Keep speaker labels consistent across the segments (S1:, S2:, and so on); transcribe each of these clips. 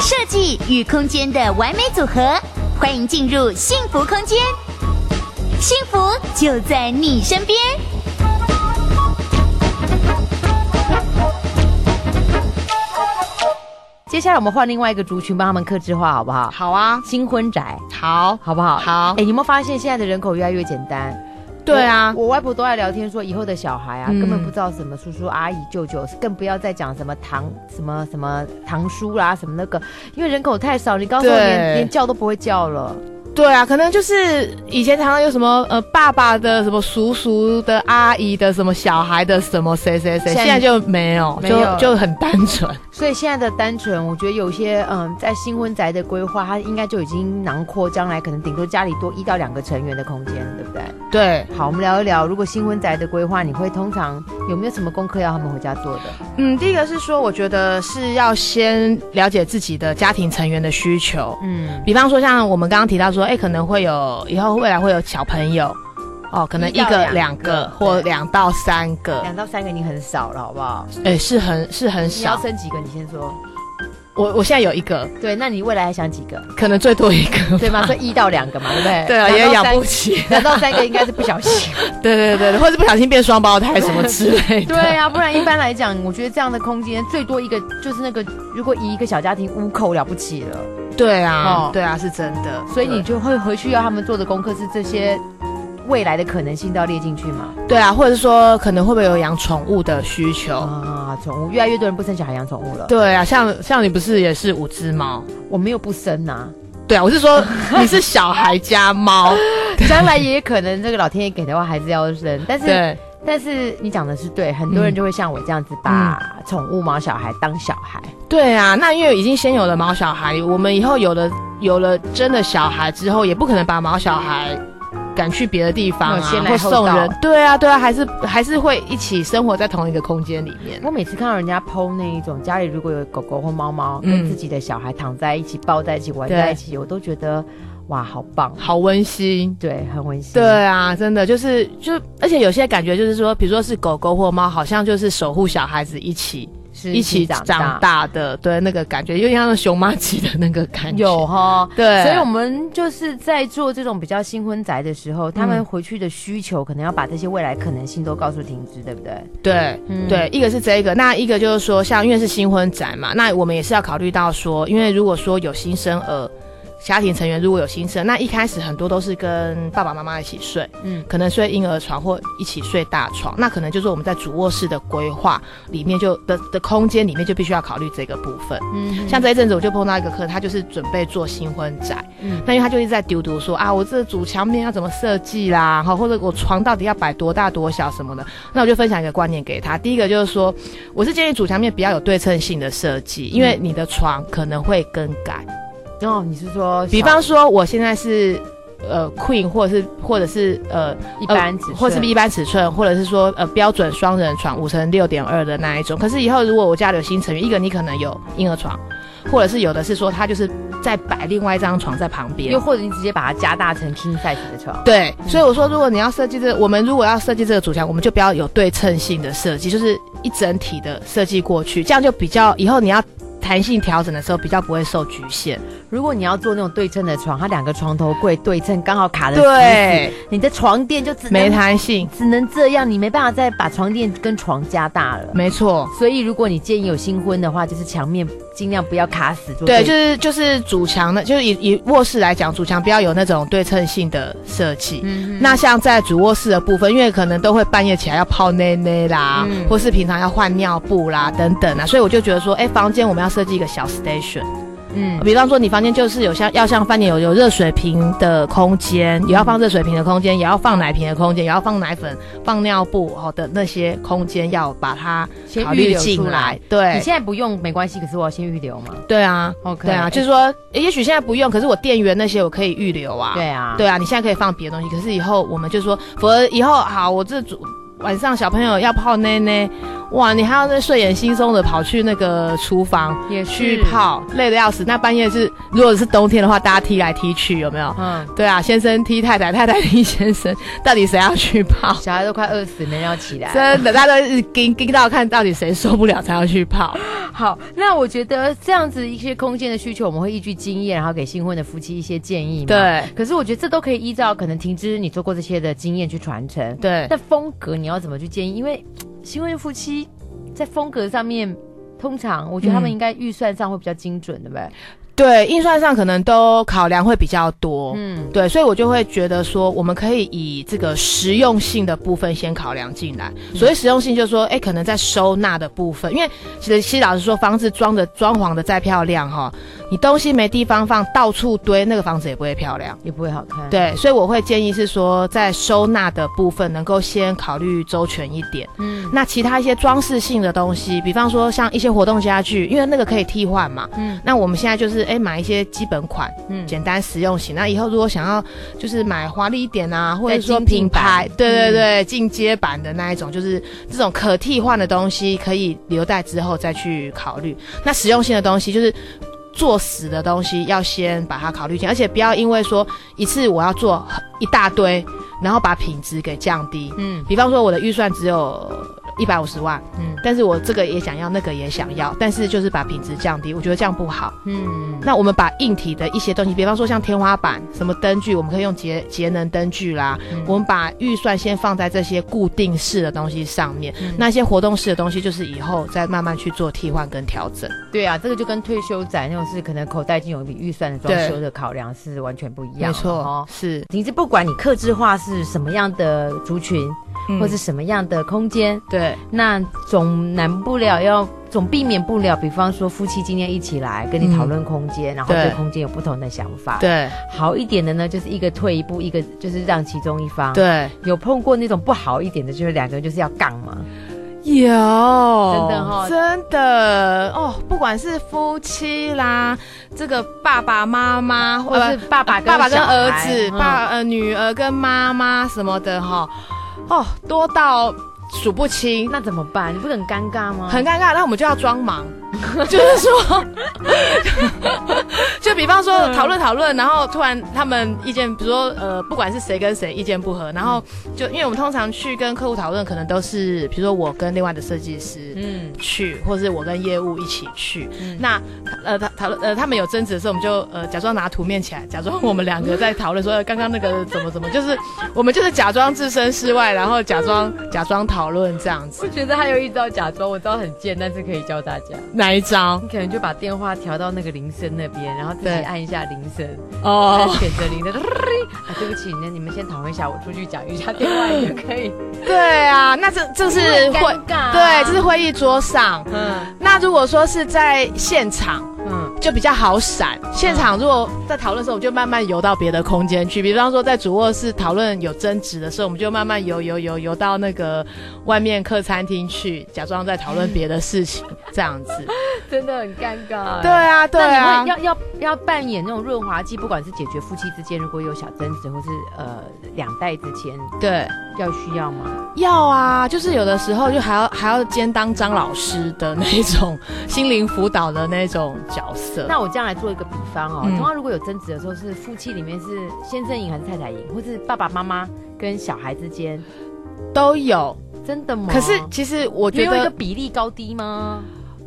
S1: 设计与空间的完美组合，欢迎进入幸福空间，幸福就在你身边。
S2: 接下来我们换另外一个族群帮他们克制化，好不好？
S3: 好啊，
S2: 新婚宅，
S3: 好，
S2: 好不好？
S3: 好
S2: 哎、你有没有发现现在的人口越来越简单？
S3: 对啊，
S2: 我外婆都在聊天说，以后的小孩啊，
S3: 嗯
S2: 根本不知道什么叔叔阿姨、舅舅，更不要再讲什么堂什么什么堂叔啦、什么那个，因为人口太少，你告诉我
S3: 对
S2: 连连叫都不会叫了。
S3: 对啊，可能就是以前常常有什么呃爸爸的什么叔叔的阿姨的什么小孩的什么谁谁谁，
S2: 现在
S3: 现在就没有，
S2: 没有
S3: 就就很单纯。
S2: 所以现在的单纯，我觉得有些嗯，在新婚宅的规划，它应该就已经囊括将来可能顶多家里多一到两个成员的空间，对不对？
S3: 对，
S2: 好，我们聊一聊，如果新婚宅的规划，你会通常有没有什么功课要他们回家做的？
S3: 嗯，第一个是说，我觉得是要先了解自己的家庭成员的需求。
S2: 嗯，
S3: 比方说，像我们刚刚提到说，哎，可能会有以后未来会有小朋友，哦，可能
S2: 一
S3: 一
S2: 到
S3: 个、
S2: 两
S3: 两个
S2: 个
S3: 或两到三个，
S2: 两到三个你很少了，好不好？
S3: 哎，是很是很
S2: 你要
S3: 少。
S2: 生几个？你先说。
S3: 我我现在有一个，
S2: 对，那你未来还想几 个？
S3: 可能最多一个，
S2: 对吗？所以一到两个嘛，对不对？
S3: 对啊，也养不
S2: 起。
S3: 起。
S2: 两到三个应该是不小心。
S3: 对对对，或者不小心变双胞胎什么之类 的。
S2: 对啊，不然一般来讲，我觉得这样的空间最多一个就是那个，如果以一个小家庭五口了不起了，
S3: 对啊，
S2: 哦
S3: 对啊，是真的。
S2: 所以你就会回去要他们做的功课是这些未来的可能性都要列进去嘛。
S3: 对啊，或者说可能会不会有养宠物的需求？
S2: 啊，宠物越来越多人不生小孩养宠物了，
S3: 哦对啊，像像你不是也是五只猫？
S2: 我没有不生呐、
S3: 对啊，我是说你是小孩加 猫，
S2: 将来也可能这个老天爷给的话还是要生，但是
S3: 对
S2: 但是你讲的是对，很多人就会像我这样子把宠物毛小孩当小孩，
S3: 对啊，那因为已经先有了毛小孩，我们以后有了有了真的小孩之后，也不可能把毛小孩。赶去别的地方啊，
S2: 那哦先来
S3: 或
S2: 后
S3: 送
S2: 到
S3: 人，对啊，对啊，还是还是会一起生活在同一个空间里面。
S2: 我每次看到人家剖那一种家里如果有狗狗或猫猫
S3: 嗯
S2: 跟自己的小孩躺在一起、抱在一起、玩
S3: 对
S2: 在一起，我都觉得哇，好棒，
S3: 好温馨。
S2: 对，很温馨。
S3: 对，啊，真的就是就，而且有些感觉就是说，比如说是狗狗或猫，好像就是守护小孩子一起
S2: 是
S3: 一起长。大的，对那个感觉，有点像熊妈级的那个感觉。
S2: 有哈，
S3: 对
S2: 所以我们就是在做这种比较新婚宅的时候，他们
S3: 嗯
S2: 回去的需求可能要把这些未来可能性都告诉婷芝，对不对？
S3: 对、
S2: 嗯
S3: 对，一个是这个，那一个就是说，像因为是新婚展嘛，那我们也是要考虑到说，因为如果说有新生儿。家庭成员如果有新生，那一开始很多都是跟爸爸妈妈一起睡，
S2: 嗯
S3: 嗯，可能睡婴儿床或一起睡大床，那可能就是我们在主卧室的规划里面就的的空间里面就必须要考虑这个部分。
S2: 嗯
S3: 像这一阵子我就碰到一个客人，他就是准备做新婚宅，
S2: 嗯
S3: 那因为他就一直在丢丢说啊，我这主墙面要怎么设计啦，好，或者我床到底要摆多大多小什么的，那我就分享一个观念给他。第一个就是说，我是建议主墙面比较有对称性的设计，因为你的床可能会更改。
S2: 哦，你是说小，
S3: 比方说，我现在是呃 queen，或者是或者是呃
S2: 一般尺寸，
S3: 或是一般尺寸，或者是说呃标准双人床五乘六点二的那一种。可是以后如果我家里有新成员，一个你可能有婴儿床，或者是有的是说他就是再摆另外一张床在旁边
S2: 又。或者你直接把它加大成 king size 的床，
S3: 对，所以我说，如果你要设计这我们如果要设计这个主墙，我们就不要有对称性的设计，就是一整体的设计过去，这样就比较以后你要弹性调整的时候比较不会受局限。
S2: 如果你要做那种对称的床，它两个床头柜对称，刚好卡的，
S3: 对，
S2: 你的床垫就只能
S3: 没弹性，
S2: 只能这样，你没办法再把床垫跟床加大了。
S3: 没错。
S2: 所以，如果你建议有新婚的话，就是墙面尽量不要卡死。做
S3: 对，
S2: 对
S3: 就是就是主墙呢，就是以以卧室来讲，主墙不要有那种对称性的设计。
S2: 嗯
S3: 那像在主卧室的部分，因为可能都会半夜起来要泡内内啦，
S2: 嗯
S3: 或是平常要换尿布啦等等啊，所以我就觉得说，哎、房间我们要设计一个小 station，
S2: 嗯，
S3: 比方说你房间就是有像要像饭店有有热水瓶的空间，也要放热水瓶的空间，也要放奶瓶的空间，也要放奶粉、放尿布好的那些空间要把它
S2: 先
S3: 考
S2: 预
S3: 虑
S2: 留出
S3: 进
S2: 来
S3: 来。。
S2: 你
S3: 对
S2: 现，在不用没关系，可是我要先预留嘛。
S3: 对啊。
S2: OK，
S3: 对啊，就是说，诶也许现在不用，可是我电源那些我可以预留啊。
S2: 对啊，
S3: 对啊，你现在可以放别的东西，可是以后我们就说，否则以后好，我这组晚上小朋友要泡奶奶，哇，你还要那睡眼惺忪的跑去那个厨房
S2: 也
S3: 去
S2: 是
S3: 泡，累得要死。那半夜是，如果是冬天的话，大家踢来踢去，有没有？
S2: 嗯，
S3: 对啊，先生踢太太，太太踢先生，到底谁要去泡？
S2: 小孩都快饿死，没人要起来。
S3: 真的，大家都是盯盯到看到底谁受不了才要去泡。
S2: 好，那我觉得这样子一些空间的需求，我们会依据经验，然后给新婚的夫妻一些建议嘛。。
S3: 对
S2: 可是我觉得这都可以依照可能停止你做过这些的经验去传承。
S3: 对，
S2: 那风格你要怎么去建议？因为嘖新婚夫妻在风格上面，通常我觉得他们
S3: 嗯
S2: 应该预算上会比较精准，对不对？
S3: 对，预算上可能都考量会比较多。
S2: 嗯，
S3: 对，所以我就会觉得说，我们可以以这个实用性的部分先考量进来。所谓实用性，就是说，哎，可能在收纳的部分，因为其实其实老实说，房子装的装潢的再漂亮哈，你东西没地方放，到处堆，那个房子也不会漂亮。
S2: 也不会好看。，
S3: 对，所以我会建议是说，在收纳的部分能够先考虑周全一点。
S2: 嗯
S3: 那其他一些装饰性的东西，比方说像一些活动家具，因为那个可以替换嘛。
S2: 嗯
S3: 那我们现在就是哎买一些基本款，
S2: 嗯，
S3: 简单实用型。那以后如果想要就是买华丽一点啊，或者
S2: 精
S3: 说
S2: 进
S3: 品牌
S2: 版，
S3: 对对
S2: 嗯
S3: 对，进阶版的那一种，就是这种可替换的东西，可以留待之后再去考虑。那实用性的东西就是。做死的东西要先把它考虑进，而且不要因为说一次我要做一大堆，然后把品质给降低。
S2: 嗯
S3: 比方说我的预算只有一百五十万，
S2: 嗯
S3: 但是我这个也想要，那个也想要，但是就是把品质降低，我觉得这样不好。
S2: 嗯，
S3: 那我们把硬体的一些东西，比方说像天花板、什么灯具，我们可以用节节能灯具啦。
S2: 嗯
S3: 我们把预算先放在这些固定式的东西上面，
S2: 嗯
S3: 那些活动式的东西就是以后再慢慢去做替换跟调整。
S2: 对啊，这个就跟退休仔那种是可能口袋已经有一笔预算的装
S3: 对
S2: 修的考量是完全不一样的哦。
S3: 是，
S2: 你是不管你克制化是什么样的族群，或
S3: 或
S2: 是
S3: 是
S2: 什么样的空间，
S3: 对
S2: 那总难不了要总避免不了，比方说夫妻今天一起来跟你
S3: 嗯
S2: 讨论空间，然后对
S3: 对
S2: 空间有不同的想法。，
S3: 对
S2: 好一点的呢，就是一个退一步，一个就是让其中一方。，
S3: 对，
S2: 有碰过那种不好一点的，就是两个人就是要杠嘛。
S3: 有真
S2: 的哦
S3: 真的哦，不管是夫妻啦，这个爸爸妈妈，
S2: 或者是爸爸跟
S3: 爸爸跟
S2: 小孩
S3: 儿子、
S2: 嗯
S3: 爸呃女儿跟妈妈什么的哈，哦，多到数不清，
S2: 那怎么办？你不是很尴尬吗？
S3: 很尴尬。那我们就要装 忙，就是说， 就比方说
S2: 嗯
S3: 讨论讨论，然后突然他们意见，比如说呃，不管是谁跟谁意见不合，然后就因为我们通常去跟客户讨论，可能都是比如说我跟另外的设计师，
S2: 嗯
S3: 去，或是我跟业务一起去。
S2: 嗯
S3: 那呃，他讨论呃，他们有争执的时候，我们就呃假装拿图面起来，假装我们两个在讨论说呃刚刚那个怎么怎么，就是我们就是假装置身事外，然后假装假装讨论这样
S2: 我
S3: 子。
S2: 觉得还有一招假装，我知道很贱，但是可以教大家。
S3: 哪一招
S2: 你？可能就把电话调到那个铃声那边，然后自己
S3: 对
S2: 按一下铃声，再
S3: 哦，
S2: 选择铃声。啊，对不起，那你们先讨论一下，我出去讲一下电话也就可 以。
S3: 对啊，那这这是
S2: 因为
S3: 会
S2: 尴尬啊
S3: 对，这是会议桌上。
S2: 嗯
S3: 那如果说是在现场，
S2: 嗯，
S3: 就比较好闪。现场如果在讨论的时候，我们就慢慢游到别的空间去。比方说，在主卧室讨论有争执的时候，我们就慢慢游游游游到那个外面客餐厅去，假装在讨论别的事情，这样子。
S2: 真的很尴尬。
S3: 对。啊，对
S2: 那
S3: 啊
S2: 你，会要要要扮演那种润滑剂，不管是解决夫妻之间如果有小争执，或是呃两代之间，
S3: 对，
S2: 要需要吗？
S3: 要啊，就是有的时候就还要还要兼当张老师的那一种心灵辅导的那种角色。
S2: 那我这样来做一个比方哦，
S3: 嗯
S2: 通常如果有争执的时候，是夫妻里面是先生赢还是太太赢，或是爸爸妈妈跟小孩之间，
S3: 都有，
S2: 真的吗？
S3: 可是其实我
S2: 没
S3: 觉
S2: 有一个
S3: 得，
S2: 比例高低吗？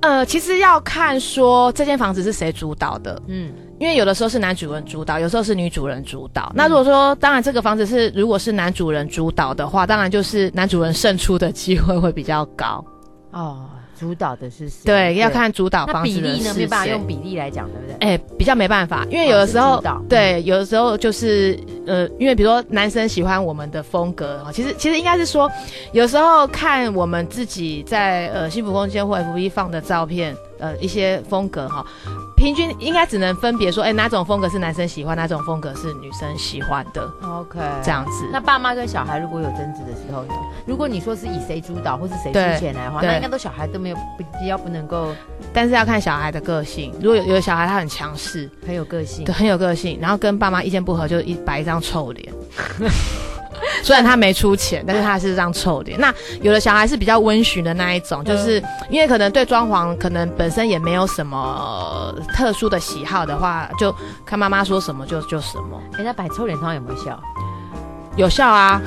S3: 呃，其实要看说这间房子是谁主导的。
S2: 嗯，
S3: 因为有的时候是男主人主导，有时候是女主人主导。那如果说，当然这个房子是如果是男主人主导的话，当然就是男主人胜出的机会会比较高。
S2: 哦，主导的是谁？
S3: 对，要看主导
S2: 那
S3: 房
S2: 比
S3: 子的
S2: 例呢，
S3: 是
S2: 没有办法
S3: 谁
S2: 用比例来讲，对不对？
S3: 哎、比较没办法，因为有的时
S2: 哦
S3: 候
S2: 是主导，
S3: 对，有的时候就是呃，因为比如说男生喜欢我们的风格啊，其实其实应该是说，有时候看我们自己在呃幸福空间或 FB 放的照片，呃一些风格哈。平均应该只能分别说，哎、哪种风格是男生喜欢，哪种风格是女生喜欢的，
S2: OK，
S3: 这。样子。
S2: 那爸妈跟小孩如果有争执的时候呢？如果你说是以谁主导或是谁出
S3: 对
S2: 钱来的话，
S3: 对
S2: 那应该都小孩都没有不比较不能够
S3: 但是要看小孩的个性，如果有有的小孩他很强势，
S2: 很有个性
S3: 对，，很有个性，然后跟爸妈意见不合就一摆一张臭脸， 虽然他没出钱，但是他还是让臭脸。那有的小孩是比较温驯的那一种，就是
S2: 嗯
S3: 因为可能对装潢可能本身也没有什么特殊的喜好的话，就看妈妈说什么就就什么。
S2: 人家摆臭脸通常有没有笑？
S3: 有 效啊！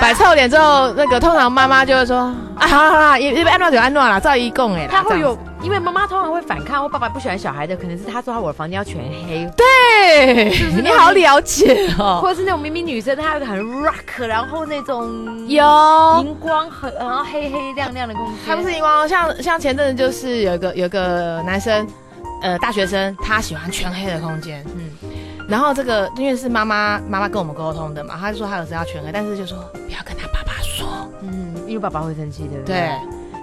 S3: 摆臭脸之后，那个通常妈妈就会说：“啊， 好啦好啦，也也安诺就安诺啦，照一共哎。”
S2: 他会有，因为妈妈通常会反抗，或爸爸不喜欢小孩的，可能是他说他我的房间要全黑，
S3: 对，
S2: 是
S3: 你好了解哦。
S2: 或者是那种明明女生她很 rock，然后那种
S3: 有，
S2: 荧光很然后黑黑亮亮的空间，
S3: 他哦不是荧光，像像前阵子就是有一个有一个男生，呃，大学生，他喜欢全黑的空间，嗯。然后这个因为是妈妈妈妈跟我们沟通的嘛，他就说他儿子要全黑，但是就说不要跟他爸爸说，
S2: 嗯，因为爸爸会生气，对不对？
S3: 对。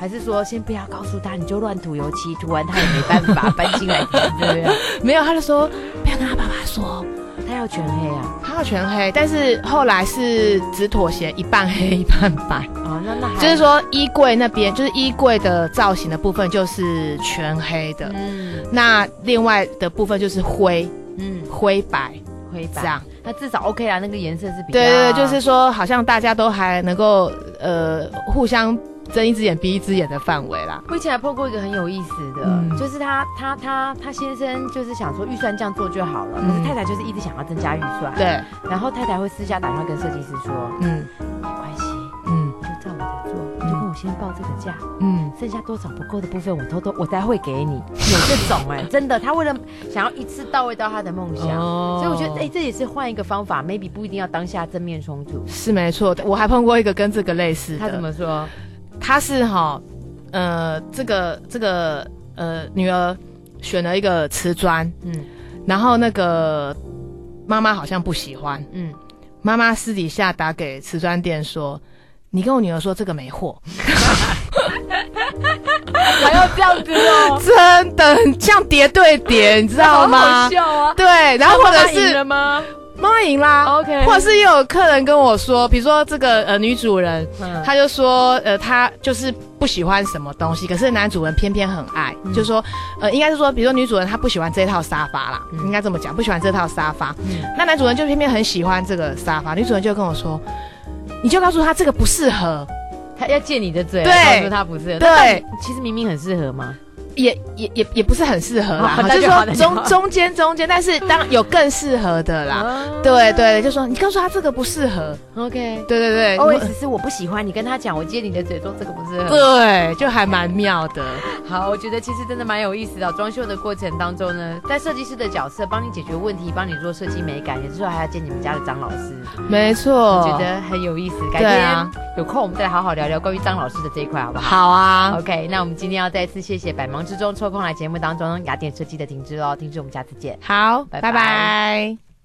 S2: 还是说先不要告诉他，你就乱涂油漆，涂完他也没办法搬进来，对不对？
S3: 没有，他就说不要跟他爸爸说，
S2: 他要全黑啊！
S3: 他要全黑，但是后来是只妥协一半黑一半白，
S2: 哦，那那还
S3: 就是，说衣柜那边就是衣柜的造型的部分就是全黑的，
S2: 嗯
S3: 那另外的部分就是灰
S2: 嗯，
S3: 灰白
S2: 灰
S3: 这
S2: 白，
S3: 样。
S2: 那至少 OK 啦，那个颜色是比较
S3: 啊对对对，就是说好像大家都还能够呃互相睁一只眼闭一只眼的范围啦。
S2: 我以前还碰过一个很有意思的，
S3: 嗯
S2: 就是他他他他先生就是想说预算这样做就好了，可
S3: 嗯
S2: 是太太就是一直想要增加预算，，
S3: 对，
S2: 然后太太会私下打电话跟设计师说，
S3: 嗯
S2: 没关系，
S3: 嗯
S2: 就照我的做，你就跟我先报这个价，
S3: 嗯，
S2: 剩下多少不够的部分我偷偷我再汇给你，有这种哎、真的，他为了想要一次到位到他的梦想。
S3: 哦
S2: 所以我觉得，哎、这也是换一个方法，maybe 不一定要当下正面冲突。
S3: 是没错，我还碰过一个跟这个类似的，
S2: 他怎么说？
S3: 他是哈，呃，这个这个呃女儿选了一个瓷砖，
S2: 嗯
S3: 然后那个妈妈好像不喜欢，
S2: 嗯，
S3: 妈妈私底下打给瓷砖店说。你跟我女儿说这个没货，
S2: 还要这样子哦，
S3: 真的很像叠对叠，你知道 吗？
S2: 笑 啊！
S3: 对，然后或者
S2: 他赢
S3: 是
S2: 了吗？
S3: 妈妈赢啦
S2: OK
S3: 或者是也有客人跟我说，比如说这个呃女主人，
S2: 嗯
S3: 她就说呃她就是不喜欢什么东西，可是男主人偏偏很爱，就说呃应该是说，比如说女主人她不喜欢这套沙发啦，
S2: 嗯
S3: 应该这么讲，不喜欢这套沙发，
S2: 嗯
S3: 那男主人就偏偏很喜欢这个沙发，女主人就跟我说。你就告诉他这个不适合，
S2: 他要借你的嘴，
S3: 对
S2: 告诉他不是，
S3: 对
S2: 那他其实明明很适合嘛。
S3: 也也也也不是很适合啦，
S2: 好那
S3: 哦就
S2: 就是好
S3: 说
S2: 那就好
S3: 中中间中间，但是当然有更适合的啦，
S2: 啊
S3: 对对，就说你告诉他这个不适合，
S2: ，OK。
S3: 对对对，
S2: 我哦只是我不喜欢你跟他讲，我借你的嘴说这个不适合。
S3: 对，就还蛮妙的。
S2: 好，我觉得其实真的蛮有意思的哦。装修的过程当中呢，在设计师的角色帮你解决问题，帮你做设计美感，有时候还要见你们家的张老师，
S3: 没
S2: 我
S3: 错，
S2: 觉得很有意思。改
S3: 对
S2: 天
S3: 啊
S2: 有空我们再来好好聊聊关于张老师的这一块，好不好？
S3: 好啊，
S2: OK，那我们今天要再次谢谢百忙之中抽空来节目当中雅典设计的婷芝哦，婷芝，我们下次见。
S3: 好，
S2: 拜
S3: 拜
S2: 拜
S3: 拜